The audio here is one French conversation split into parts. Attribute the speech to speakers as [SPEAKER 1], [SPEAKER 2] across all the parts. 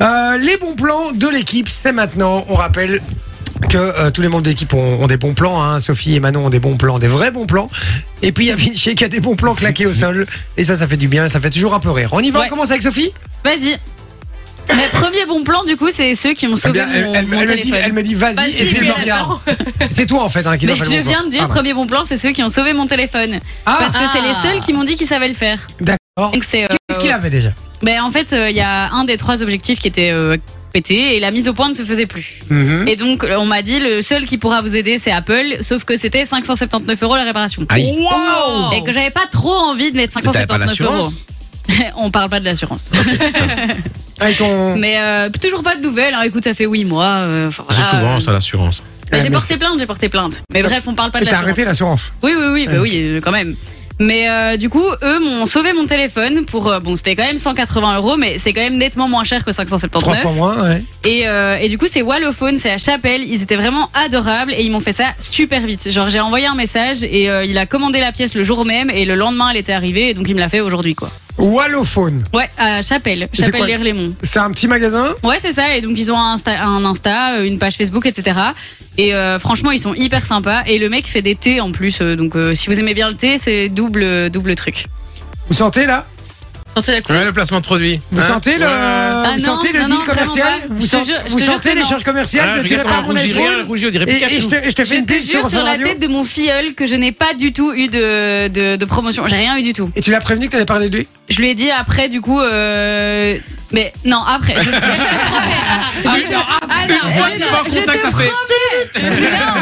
[SPEAKER 1] Euh, les bons plans de l'équipe, c'est maintenant. On rappelle que euh, tous les membres de l'équipe ont, ont des bons plans. hein. Sophie et Manon ont des bons plans, des vrais bons plans. Et puis il y a Vinci qui a des bons plans claqués au sol. Et ça, ça fait du bien, ça fait toujours un peu rire. On y va,
[SPEAKER 2] Ouais.
[SPEAKER 1] on commence avec Sophie
[SPEAKER 2] Vas-y. Mes premiers bons plans, du coup, c'est ceux qui m'ont
[SPEAKER 1] Eh
[SPEAKER 2] sauvé
[SPEAKER 1] bien, elle,
[SPEAKER 2] mon,
[SPEAKER 1] elle-
[SPEAKER 2] mon
[SPEAKER 1] elle me dit,
[SPEAKER 2] téléphone.
[SPEAKER 1] elle me dit vas-y,
[SPEAKER 2] Vas-y,
[SPEAKER 1] et puis elle
[SPEAKER 2] mais
[SPEAKER 1] me regarde. C'est toi en fait hein, qui
[SPEAKER 2] Mais
[SPEAKER 1] dois faire
[SPEAKER 2] je
[SPEAKER 1] le bon
[SPEAKER 2] viens de
[SPEAKER 1] plan. Ah.
[SPEAKER 2] dire,
[SPEAKER 1] Pardon.
[SPEAKER 2] premier bon plan, c'est ceux qui ont sauvé mon téléphone. Parce que c'est les seuls qui m'ont dit qu'ils savaient le faire.
[SPEAKER 1] D'accord.
[SPEAKER 2] Donc c'est. euh,
[SPEAKER 1] Qu'est-ce qu'il avait déjà
[SPEAKER 2] ben, en fait, euh, il y a un des trois objectifs qui était euh, pété et la mise au point ne se faisait plus.
[SPEAKER 1] Mhm.
[SPEAKER 2] Et donc, on m'a dit, le seul qui pourra vous aider, c'est Apple, sauf que c'était 579 euros la réparation.
[SPEAKER 3] Aïe.
[SPEAKER 1] Ah, Wow
[SPEAKER 2] Et que j'avais pas trop envie de mettre
[SPEAKER 3] Mais t'avais pas
[SPEAKER 2] 579 euros.
[SPEAKER 3] l'assurance
[SPEAKER 2] on parle pas de l'assurance.
[SPEAKER 1] Avec Ah, ton.
[SPEAKER 2] Mais euh, toujours pas de nouvelles. hein. Écoute, ça fait 8 mois. euh, enfin,
[SPEAKER 3] C'est
[SPEAKER 2] voilà.
[SPEAKER 3] souvent ça l'assurance.
[SPEAKER 2] Mais J'ai
[SPEAKER 1] Mais
[SPEAKER 2] porté plainte, j'ai porté plainte. Mais bref, on parle pas
[SPEAKER 1] Ah, Et
[SPEAKER 2] de
[SPEAKER 1] t'as
[SPEAKER 2] l'assurance.
[SPEAKER 1] arrêté Ah. l'assurance.
[SPEAKER 2] Oui, oui, oui, bah oui, euh, quand même. Mais euh, du coup, eux m'ont sauvé mon téléphone pour. euh, bon, c'était quand même 180 euros, mais c'est quand même nettement moins cher que
[SPEAKER 1] Trois
[SPEAKER 2] 579.
[SPEAKER 1] fois moins, ouais.
[SPEAKER 2] Et, euh, et du coup, c'est Wallophone, c'est à Chapelle. Ils étaient vraiment adorables et ils m'ont fait ça super vite. Genre, j'ai envoyé un message et euh, il a commandé la pièce le jour même et le lendemain, elle était arrivée et donc il me l'a fait aujourd'hui, quoi.
[SPEAKER 1] Wallophone,
[SPEAKER 2] Ouais, à Chapelle,
[SPEAKER 1] C'est quoi
[SPEAKER 2] Chapelle-Lire-Lémont.
[SPEAKER 1] c'est un petit magasin
[SPEAKER 2] Ouais, c'est ça. Et donc, ils ont un Insta, un Insta, euh, une page Facebook, etc. Et euh, franchement, ils sont hyper sympas. Et le mec fait des thés en plus. euh, Donc, euh, si vous aimez bien le thé, c'est double, euh, double truc.
[SPEAKER 1] Vous sentez là
[SPEAKER 2] Sortez la
[SPEAKER 3] Ouais, le placement de produit.
[SPEAKER 1] Vous
[SPEAKER 3] Hein
[SPEAKER 1] sentez le, vous
[SPEAKER 3] Ouais.
[SPEAKER 2] Ah non,
[SPEAKER 1] sentez le
[SPEAKER 2] non,
[SPEAKER 1] deal
[SPEAKER 2] non,
[SPEAKER 1] commercial
[SPEAKER 2] vraiment pas.
[SPEAKER 1] Vous,
[SPEAKER 2] Je te
[SPEAKER 1] sent-
[SPEAKER 2] jure- je
[SPEAKER 1] vous
[SPEAKER 2] te jure
[SPEAKER 1] sentez
[SPEAKER 2] que
[SPEAKER 1] l'échange commercial
[SPEAKER 3] Ah,
[SPEAKER 1] ne tirez
[SPEAKER 3] regarde
[SPEAKER 1] pas
[SPEAKER 3] comment
[SPEAKER 1] mon
[SPEAKER 3] rougit, regarde,
[SPEAKER 1] iPhone
[SPEAKER 3] rougit, on dirait
[SPEAKER 1] et, et je
[SPEAKER 3] Pikachu.
[SPEAKER 1] te, et je te fais
[SPEAKER 2] Je
[SPEAKER 1] une
[SPEAKER 2] te
[SPEAKER 1] pub
[SPEAKER 2] jure sur la
[SPEAKER 1] Radio.
[SPEAKER 2] tête de mon filleul que je n'ai pas du tout eu de, de, de promotion. J'ai rien eu du tout.
[SPEAKER 1] Et tu l'as prévenu que t'allais parler de lui
[SPEAKER 2] Je lui ai dit après, du coup. euh, Mais non, après. Je, je te promets. Je te- Anna,
[SPEAKER 3] fois
[SPEAKER 2] je
[SPEAKER 3] que tu vas
[SPEAKER 2] te-
[SPEAKER 3] en
[SPEAKER 2] Ah je te
[SPEAKER 3] contact, t'as fait-
[SPEAKER 2] promets. Non,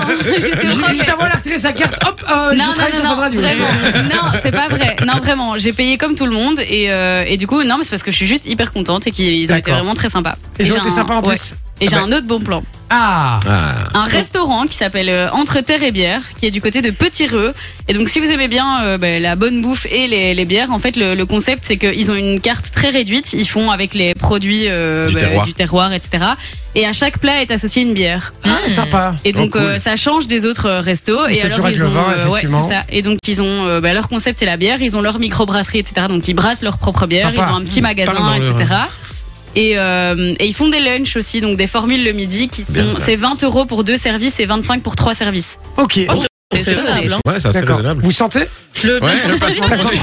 [SPEAKER 2] je te promets.
[SPEAKER 1] Juste avant, elle a retiré sa carte, hop, euh,
[SPEAKER 2] non,
[SPEAKER 1] je travaille
[SPEAKER 2] non,
[SPEAKER 1] sur
[SPEAKER 2] non,
[SPEAKER 1] Fun Radio.
[SPEAKER 2] vraiment. non, c'est pas vrai. Non, vraiment, j'ai payé comme tout le monde et, euh, et du coup, non, mais c'est parce que je suis juste hyper contente et qu'ils ont été
[SPEAKER 1] D'accord.
[SPEAKER 2] vraiment très sympas.
[SPEAKER 1] Ils ont
[SPEAKER 2] j'ai
[SPEAKER 1] été
[SPEAKER 2] un-
[SPEAKER 1] sympas en
[SPEAKER 2] ouais.
[SPEAKER 1] plus.
[SPEAKER 2] Et j'ai
[SPEAKER 1] Ah
[SPEAKER 2] un autre bon plan.
[SPEAKER 1] Ah
[SPEAKER 3] Ah,
[SPEAKER 2] Un restaurant qui s'appelle euh, Entre Terre et Bière, qui est du côté de Petit Reux. Et donc, si vous aimez bien euh, bah, la bonne bouffe et les, les bières, en fait, le, le concept, c'est qu'ils ont une carte très réduite. Ils font avec les produits euh,
[SPEAKER 3] Du terroir.
[SPEAKER 2] du terroir, etc. Et à chaque plat est associée une bière.
[SPEAKER 1] Ah, sympa
[SPEAKER 2] Et donc
[SPEAKER 3] Oh, cool.
[SPEAKER 2] euh, ça change des autres euh, restos.
[SPEAKER 1] Ils
[SPEAKER 2] et
[SPEAKER 1] sont toujours
[SPEAKER 2] alors
[SPEAKER 1] avec
[SPEAKER 2] ils
[SPEAKER 1] le
[SPEAKER 2] ont,
[SPEAKER 1] vin,
[SPEAKER 2] euh, ouais,
[SPEAKER 1] effectivement.
[SPEAKER 2] c'est ça. Et donc ils ont euh, bah, leur concept c'est la bière, ils ont leur microbrasserie, etc. Donc ils brassent leur propre bière,
[SPEAKER 1] Sympa.
[SPEAKER 2] ils ont un petit magasin,
[SPEAKER 3] Parle dans le-
[SPEAKER 2] etc. Et, euh, et ils font des lunchs aussi, donc des formules le midi qui
[SPEAKER 3] Bien
[SPEAKER 2] sont
[SPEAKER 3] ça.
[SPEAKER 2] c'est 20 euros pour deux services et 25 pour trois services.
[SPEAKER 1] Ok,
[SPEAKER 2] C'est hein.
[SPEAKER 4] c'est
[SPEAKER 2] raisonnable,
[SPEAKER 4] raisonnable,
[SPEAKER 2] hein.
[SPEAKER 3] ouais, c'est assez
[SPEAKER 1] d'accord.
[SPEAKER 3] Ah, raisonnable.
[SPEAKER 1] Vous sentez
[SPEAKER 4] Le
[SPEAKER 3] Ouais, le placement de produit.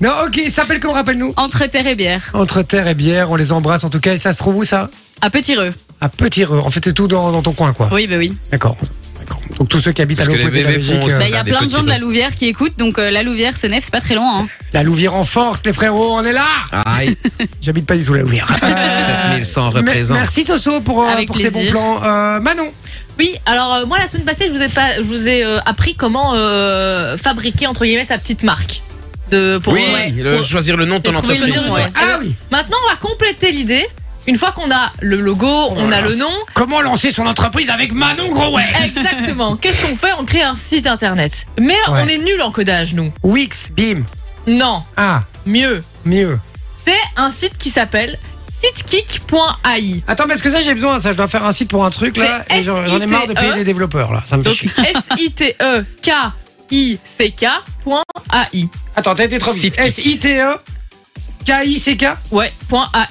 [SPEAKER 1] Non, ok, il s'appelle comment, rappelle-nous
[SPEAKER 2] Entre terre et bière,
[SPEAKER 1] Entre terre et bière, on les embrasse en tout cas. Et ça se trouve où ça
[SPEAKER 2] à Petit Reux.
[SPEAKER 1] À Petit Reux. En fait, c'est tout dans, dans ton coin, quoi.
[SPEAKER 2] Oui, bah oui.
[SPEAKER 1] D'accord. D'accord. Donc tous ceux qui habitent
[SPEAKER 3] Parce
[SPEAKER 1] à
[SPEAKER 3] que
[SPEAKER 1] l'opposé
[SPEAKER 3] les
[SPEAKER 1] de la
[SPEAKER 3] VV font
[SPEAKER 1] Belgique,
[SPEAKER 3] ça.
[SPEAKER 2] Bah,
[SPEAKER 1] euh,
[SPEAKER 2] Il y a
[SPEAKER 3] des
[SPEAKER 2] plein de
[SPEAKER 3] petits
[SPEAKER 2] gens de
[SPEAKER 3] reux.
[SPEAKER 2] la Louvière qui écoutent, donc euh, la Louvière, Senef, c'est pas très loin. hein.
[SPEAKER 1] la Louvière en force, les frérots, on est là
[SPEAKER 3] Aïe,
[SPEAKER 1] J'habite pas du tout la Louvière. Euh,
[SPEAKER 3] 7100
[SPEAKER 1] me-
[SPEAKER 3] représente.
[SPEAKER 1] merci Soso pour, euh,
[SPEAKER 2] Avec
[SPEAKER 1] pour tes bons
[SPEAKER 2] plaisir.
[SPEAKER 1] plans. Euh, Manon,
[SPEAKER 4] Oui, alors euh, moi la semaine passée, je vous ai pas, je vous ai euh, appris comment euh, fabriquer entre guillemets sa petite marque de pour
[SPEAKER 3] Oui,
[SPEAKER 4] ouais,
[SPEAKER 3] le-
[SPEAKER 4] pour-
[SPEAKER 3] choisir le nom de ton
[SPEAKER 2] C'est trouver le
[SPEAKER 3] entreprise.
[SPEAKER 2] nom,
[SPEAKER 4] ouais.
[SPEAKER 1] ah
[SPEAKER 4] Alors,
[SPEAKER 1] oui.
[SPEAKER 4] Maintenant, on va compléter l'idée. Une fois qu'on a le logo, on a
[SPEAKER 3] Voilà.
[SPEAKER 4] le nom.
[SPEAKER 1] comment lancer son entreprise avec Manon Grosway
[SPEAKER 4] Exactement. Qu'est-ce qu'on fait On crée un site internet. Mais on est nul en codage, nous.
[SPEAKER 1] Wix, bim.
[SPEAKER 4] Non,
[SPEAKER 1] Ah,
[SPEAKER 4] mieux.
[SPEAKER 1] mieux.
[SPEAKER 4] C'est un site qui s'appelle sitekick.ai.
[SPEAKER 1] Attends, parce que ça, j'ai besoin, ça. Je dois faire un site pour un truc, là.
[SPEAKER 4] C'est
[SPEAKER 1] Et j'en j'en ai marre de payer
[SPEAKER 4] SITE.
[SPEAKER 1] les développeurs, là. Ça me fait
[SPEAKER 4] E. Donc
[SPEAKER 1] chier.
[SPEAKER 4] E S-I-T-E-K-I-C-K.ai.
[SPEAKER 1] Attends, t'as été trop vite.
[SPEAKER 3] Site.
[SPEAKER 4] E.
[SPEAKER 1] S-I-T-E. K-I-C-K.
[SPEAKER 4] Ouais, point AI.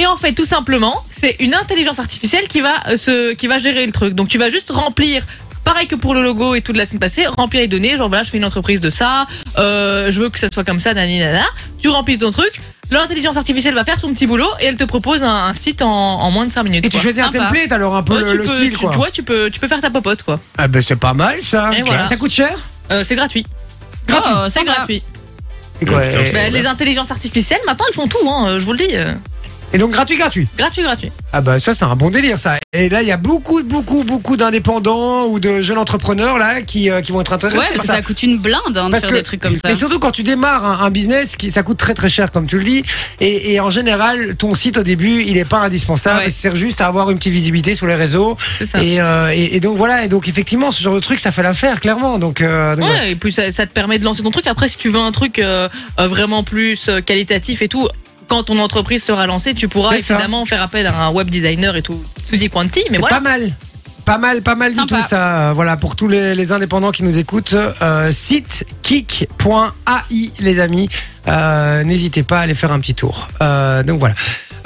[SPEAKER 4] Et en fait, tout simplement, c'est une intelligence artificielle qui va, euh, se, qui va gérer le truc. Donc tu vas juste remplir. Pareil que pour le logo et tout de la semaine passée, remplir les données, genre voilà, je fais une entreprise de ça, euh, je veux que ça soit comme ça, nani, nana. Tu remplis ton truc, l'intelligence artificielle va faire son petit boulot et elle te propose un, un site en, en moins de 5 minutes.
[SPEAKER 1] Et tu
[SPEAKER 4] quoi.
[SPEAKER 1] choisis un
[SPEAKER 2] Sympa.
[SPEAKER 1] template, alors, un peu
[SPEAKER 4] Ouais,
[SPEAKER 1] le,
[SPEAKER 4] tu
[SPEAKER 1] le
[SPEAKER 4] peux,
[SPEAKER 1] style,
[SPEAKER 4] tu,
[SPEAKER 1] quoi.
[SPEAKER 4] tu vois, tu peux, tu peux faire ta popote, quoi.
[SPEAKER 1] Ah, ben, c'est pas mal, ça.
[SPEAKER 4] Et
[SPEAKER 1] Ok.
[SPEAKER 4] voilà.
[SPEAKER 1] Ça coûte cher
[SPEAKER 4] Euh, c'est gratuit.
[SPEAKER 2] Gratuit.
[SPEAKER 4] Oh, c'est
[SPEAKER 2] Sympa.
[SPEAKER 4] gratuit.
[SPEAKER 1] Eh
[SPEAKER 3] Ouais.
[SPEAKER 4] Bah, les intelligences artificielles, maintenant, elles font tout, hein, euh, je vous le dis. euh,
[SPEAKER 1] Et donc, gratuit, gratuit.
[SPEAKER 4] gratuit, gratuit.
[SPEAKER 1] Ah bah ça c'est un bon délire ça. Et là il y a beaucoup beaucoup beaucoup d'indépendants ou de jeunes entrepreneurs là qui, euh, qui vont être
[SPEAKER 2] Ouais,
[SPEAKER 1] intéressés
[SPEAKER 2] parce
[SPEAKER 1] par
[SPEAKER 2] que
[SPEAKER 1] ça.
[SPEAKER 2] ça coûte une blinde hein, de faire des trucs comme ça.
[SPEAKER 1] mais surtout quand tu démarres un, un business, qui, ça coûte très très cher comme tu le dis. Et, et en général, ton site au début, il est pas indispensable.
[SPEAKER 2] Ouais.
[SPEAKER 1] Il sert juste à avoir une petite visibilité sur les réseaux.
[SPEAKER 4] C'est ça.
[SPEAKER 1] Et, euh, et- et donc voilà. Et donc effectivement, ce genre de truc, ça fait l'affaire clairement. Donc, euh, donc,
[SPEAKER 4] Ouais,
[SPEAKER 1] voilà.
[SPEAKER 4] et puis ça, ça te permet de lancer ton truc. Après, si tu veux un truc euh, euh, vraiment plus euh, qualitatif et tout, quand ton entreprise sera lancée, tu pourras
[SPEAKER 1] C'est ça.
[SPEAKER 4] évidemment faire appel à un web designer et tout, tout dit quanti, mais
[SPEAKER 1] C'est
[SPEAKER 4] voilà.
[SPEAKER 1] pas mal. Pas mal, pas mal du
[SPEAKER 2] Sympa.
[SPEAKER 1] tout ça. Euh, Voilà, pour tous les, les indépendants qui nous écoutent, euh, site kick.ai, les amis. Euh, N'hésitez pas à aller faire un petit tour. Euh, donc voilà.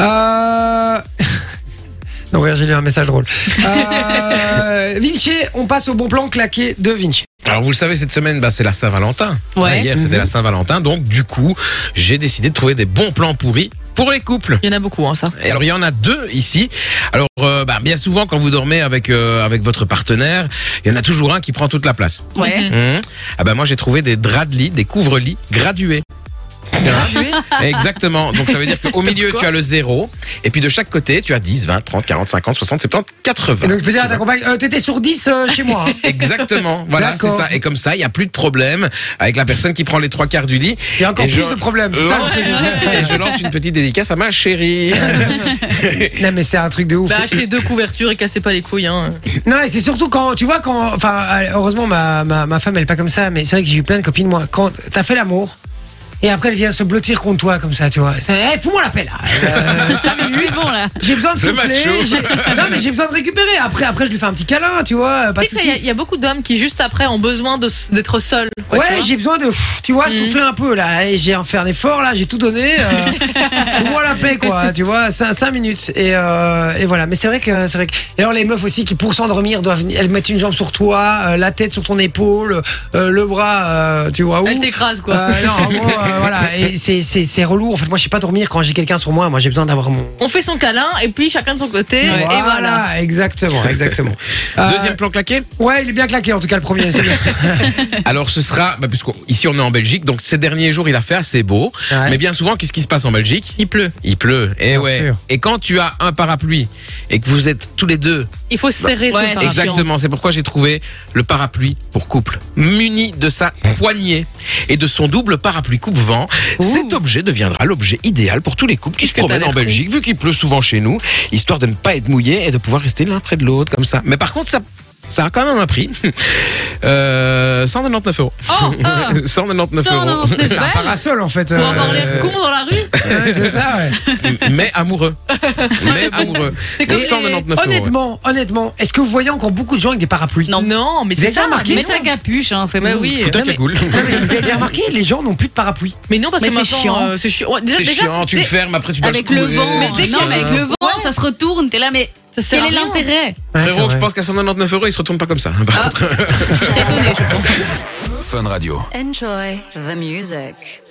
[SPEAKER 1] Euh... non, regarde, j'ai lu un message drôle. Euh, Vinci, on passe au bon plan claqué de Vinci.
[SPEAKER 3] Alors vous le savez, cette semaine, bah, c'est la Saint-Valentin. Hein,
[SPEAKER 2] Ouais.
[SPEAKER 3] Hier, c'était la Saint-Valentin. Donc du coup, j'ai décidé de trouver des bons plans pourris pour les couples.
[SPEAKER 4] Il y en a beaucoup, hein, ça.
[SPEAKER 3] Et alors il y en a deux ici. Alors euh, bah, bien souvent quand vous dormez avec euh, avec votre partenaire, il y en a toujours un qui prend toute la place.
[SPEAKER 2] Ouais.
[SPEAKER 3] Mhm. Ah bah moi j'ai trouvé des draps de lit, des couvre-lits gradués. Exactement. Donc ça veut dire qu'au milieu
[SPEAKER 4] quoi
[SPEAKER 3] tu as le zéro et puis de chaque côté tu as 10, 20, 30, 40, 50, 60, 70, 80.
[SPEAKER 1] Et donc, je peux dire à ta compagne, euh, t'étais sur 10 euh, chez moi. hein.
[SPEAKER 3] Exactement. Voilà, c'est
[SPEAKER 1] D'accord.
[SPEAKER 3] ça. Et comme ça, il n'y a plus de problème avec la personne qui prend les trois quarts du lit.
[SPEAKER 1] Il y a encore
[SPEAKER 3] Et
[SPEAKER 1] plus
[SPEAKER 3] je-
[SPEAKER 1] de problèmes. c'est
[SPEAKER 3] Euh,
[SPEAKER 1] ça,
[SPEAKER 3] ouais,
[SPEAKER 1] le truc.
[SPEAKER 3] ouais. Et je lance une petite dédicace à ma chérie.
[SPEAKER 1] Non, mais c'est un truc de ouf.
[SPEAKER 4] Bah, achetez deux couvertures et cassez pas les couilles. Hein.
[SPEAKER 1] Non, et c'est surtout quand, tu vois, quand, enfin, euh, heureusement, ma, ma, ma femme, elle est pas comme ça, mais c'est vrai que j'ai eu plein de copines, moi, quand t'as fait l'amour, et après, elle vient se blottir contre toi, comme ça, tu vois. C'est, Eh, fous-moi la paix, là. Euh, cinq minutes,
[SPEAKER 2] C'est bon là.
[SPEAKER 1] j'ai besoin de
[SPEAKER 3] Le macho.
[SPEAKER 1] souffler. j'ai- Non, mais j'ai besoin de récupérer. Après, après, je lui fais un petit câlin, tu vois, euh, pas de
[SPEAKER 4] Tu sais, il y a-
[SPEAKER 1] souci.
[SPEAKER 4] il y, a beaucoup d'hommes qui, juste après, ont besoin de s- d'être seuls. quoi,
[SPEAKER 1] Ouais,
[SPEAKER 4] tu vois. Mm.
[SPEAKER 1] j'ai besoin de, pff, tu vois, souffler un peu, là. Et J'ai fait un effort, là, j'ai tout donné. euh, Fous-moi la paix, quoi, tu vois, 5, minutes. Et, euh, et voilà. Mais c'est vrai que, c'est vrai que. Et alors, les meufs aussi qui, pour s'endormir, doivent venir- elles mettent une jambe sur toi, euh, la tête sur ton épaule, euh, le bras, euh, tu vois, où.
[SPEAKER 4] Elle t'écrase, quoi.
[SPEAKER 1] Euh, non, en gros, euh, voilà. Et c'est- c'est c'est relou. En fait, moi, je sais pas dormir quand j'ai quelqu'un sur moi. Moi, j'ai besoin d'avoir mon.
[SPEAKER 4] On fait son câlin et puis chacun de son côté. Et
[SPEAKER 1] voilà,
[SPEAKER 4] voilà.
[SPEAKER 1] exactement, exactement. Euh,
[SPEAKER 3] Deuxième plan claqué.
[SPEAKER 1] Ouais, il est bien claqué en tout cas le premier. c'est bien.
[SPEAKER 3] Alors ce sera, bah, puisque ici on est en Belgique, donc ces derniers jours il a fait assez beau.
[SPEAKER 1] Ouais.
[SPEAKER 3] Mais bien souvent, qu'est-ce qui se passe en Belgique
[SPEAKER 4] Il pleut.
[SPEAKER 3] Il pleut. Et
[SPEAKER 1] Bien
[SPEAKER 3] ouais.
[SPEAKER 1] sûr.
[SPEAKER 3] Et quand tu as un parapluie et que vous êtes tous les deux
[SPEAKER 4] Il faut serrer
[SPEAKER 2] ouais, c'est
[SPEAKER 4] son parapluie.
[SPEAKER 2] exact.
[SPEAKER 3] Exactement, c'est pourquoi j'ai trouvé le parapluie pour couple. Muni de sa poignée et de son double parapluie coupe-vent, cet objet deviendra l'objet idéal pour tous les couples qui se
[SPEAKER 4] que t'as
[SPEAKER 3] promènent
[SPEAKER 4] l'air
[SPEAKER 3] en Belgique, vu qu'il pleut souvent chez nous, histoire de ne pas être mouillé et de pouvoir rester l'un près de l'autre comme ça. Mais par contre, ça... Ça a quand même un prix. Euh, 199 euros.
[SPEAKER 4] Oh, ah,
[SPEAKER 3] 199 euros.
[SPEAKER 4] 199
[SPEAKER 1] C'est un
[SPEAKER 4] balles
[SPEAKER 1] parasol en fait.
[SPEAKER 4] pour
[SPEAKER 1] euh,
[SPEAKER 4] avoir l'air con dans la rue.
[SPEAKER 1] ouais, c'est ça. ouais.
[SPEAKER 3] Mais amoureux. Mais amoureux.
[SPEAKER 4] C'est comme
[SPEAKER 3] Et
[SPEAKER 4] les-
[SPEAKER 3] 199 euros.
[SPEAKER 1] Honnêtement, honnêtement, est-ce que vous voyez encore beaucoup de gens avec des parapluies
[SPEAKER 4] Non, mais
[SPEAKER 1] avez
[SPEAKER 4] c'est
[SPEAKER 1] déjà
[SPEAKER 4] ça,
[SPEAKER 1] remarqué
[SPEAKER 2] Ah, Mais
[SPEAKER 1] Qu'est-ce
[SPEAKER 2] sa capuche, hein, c'est
[SPEAKER 4] Mais
[SPEAKER 2] bon.
[SPEAKER 4] oui.
[SPEAKER 3] Faut ta
[SPEAKER 4] Non, mais-
[SPEAKER 3] cagoule.
[SPEAKER 1] Non, mais Vous avez déjà remarqué, les gens n'ont plus de parapluie.
[SPEAKER 4] Mais non, parce
[SPEAKER 2] Mais
[SPEAKER 4] que
[SPEAKER 2] c'est
[SPEAKER 4] maintenant,
[SPEAKER 2] chiant.
[SPEAKER 4] euh, c'est chiant. Ouais, déjà-
[SPEAKER 3] C'est
[SPEAKER 4] déjà,
[SPEAKER 3] chiant, tu le
[SPEAKER 4] dès-
[SPEAKER 3] fermes, après tu dois
[SPEAKER 2] Avec le
[SPEAKER 3] couler.
[SPEAKER 2] vent.
[SPEAKER 4] Mais dès
[SPEAKER 2] non,
[SPEAKER 4] qu'il y
[SPEAKER 2] mais
[SPEAKER 4] a-
[SPEAKER 2] avec le vent,
[SPEAKER 4] Ouais.
[SPEAKER 2] ça se retourne. T'es là, mais
[SPEAKER 4] Ça sert
[SPEAKER 2] quel
[SPEAKER 4] à
[SPEAKER 2] est
[SPEAKER 4] rien.
[SPEAKER 2] l'intérêt
[SPEAKER 1] Ouais, c'est
[SPEAKER 3] Frérot, je
[SPEAKER 1] vrai.
[SPEAKER 3] pense qu'à 199 euros, il se retourne pas comme ça. hein, par
[SPEAKER 2] Ah,
[SPEAKER 3] contre.
[SPEAKER 2] Je suis étonnée, je pense.
[SPEAKER 5] Fun Radio.
[SPEAKER 6] Enjoy the music.